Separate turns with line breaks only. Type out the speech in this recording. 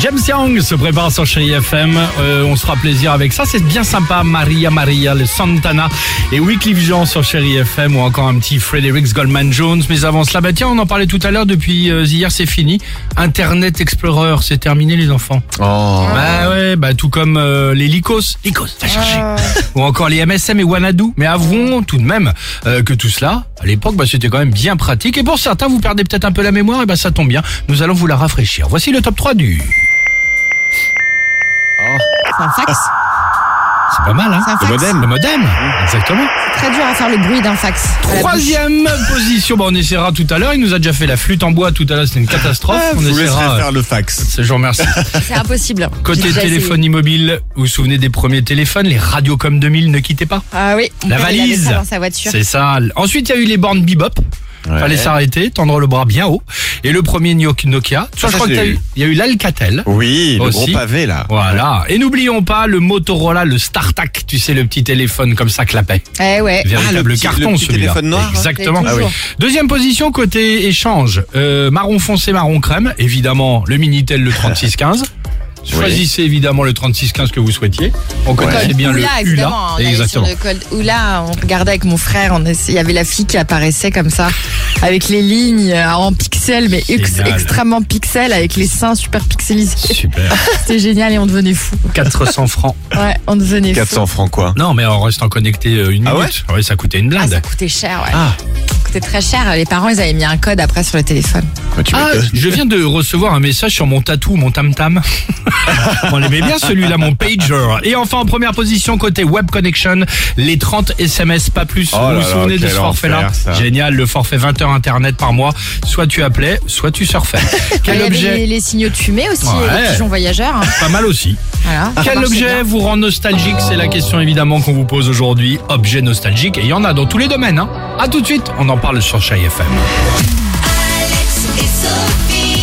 James Young se prépare sur chez FM. Euh, on se fera plaisir avec ça. C'est bien sympa. Maria Maria, le Santana et Wycliffe Jean sur Chéri FM ou encore un petit Fredericks Goldman Jones. Mais avant cela, bah tiens, on en parlait tout à l'heure. Depuis euh, hier, c'est fini. Internet Explorer, c'est terminé, les enfants.
Oh.
Bah ouais, bah tout comme euh, les Lycos. Lycos, va chercher. Ou encore les MSM et Wanadu. Mais avouons tout de même euh, que tout cela, à l'époque, bah, c'était quand même bien pratique. Et pour certains, vous perdez peut-être un peu la mémoire, et bah ça tombe bien. Nous allons vous la rafraîchir. Voici le top 3 du.
C'est un fax.
C'est pas mal, hein
C'est un fax.
Le modem, exactement.
C'est très dur à faire le bruit d'un fax. À la bouche.
Troisième position, bah on essaiera tout à l'heure. Il nous a déjà fait la flûte en bois tout à l'heure, c'était une catastrophe.
Ah,
on
vous laisserez
essaiera. euh,
faire le fax.
C'est je vous remercie.
C'est impossible. J'ai
Côté
déjà
téléphone
essayé.
immobile, vous vous souvenez des premiers téléphones, les Radiocom 2000, ne quittez pas.
Ah oui. mon
La
père, il avait
valise.
ça dans sa voiture.
C'est ça. Ensuite, il y a eu les bornes bebop. Fallait s'arrêter, tendre le bras bien haut. Et le premier Nio- Nokia. Ça,
Ça,
je crois
je
que
l'ai
t'as
eu.
eu. Il y a eu l'Alcatel.
Oui, le
Aussi.
gros pavé là.
Voilà. Et n'oublions pas le Motorola, le StarTac. Tu sais, le petit téléphone comme ça clapet.
Eh ouais.
Véritable
Ah, le petit-
carton
le petit
celui-là.
téléphone noir, hein.
Exactement.
Ah oui.
Deuxième position côté échange, Euh, marron foncé, marron crème, évidemment le Minitel le 3615. Choisissez évidemment le 3615 que vous souhaitiez. On connaissait
Code
bien
Oula,
le ULA.
évidemment. On allait sur le code Oula, on regardait avec mon frère, on essa- il y avait la fille qui apparaissait comme ça, avec les lignes euh, en pixels, mais ex-
Génial.
extrêmement pixels, avec les seins super pixelisés.
Super.
C'était génial et on devenait fou.
400 francs.
Ouais, on devenait fou.
400 francs quoi.
Non, mais en restant connecté euh, une minute,
Ah
Ouais, ça coûtait une
Ah, ça
blinde.
coûtait cher, ouais.
Ah.
Ça coûtait très cher. Les parents, ils avaient mis un code après sur le téléphone.
Bah, tu
Ah,
m'étonnes.
je viens de recevoir un message sur mon tatou, mon tam-tam. On l'aimait bien celui-là, mon pager. Et enfin, en première position, côté web connection, les 30 SMS, pas plus.
Oh
vous
là
vous
là,
souvenez de
quel
ce forfait-là
enfer, ça.
Génial, le forfait 20 heures internet par mois. Soit tu appelais, soit tu surfais.
Il
Quel
y avait les,
objet
les signaux de fumée aussi,
Ouais.
les pigeons voyageurs. hein.
Pas mal aussi.
Voilà, ça
Quel
marchait
objet
bien.
vous rend nostalgique C'est la question évidemment qu'on vous pose aujourd'hui. Objet nostalgique, et il y en a dans tous les domaines. Hein. À tout de suite, on en parle sur Chai FM.
Alex et Sophie.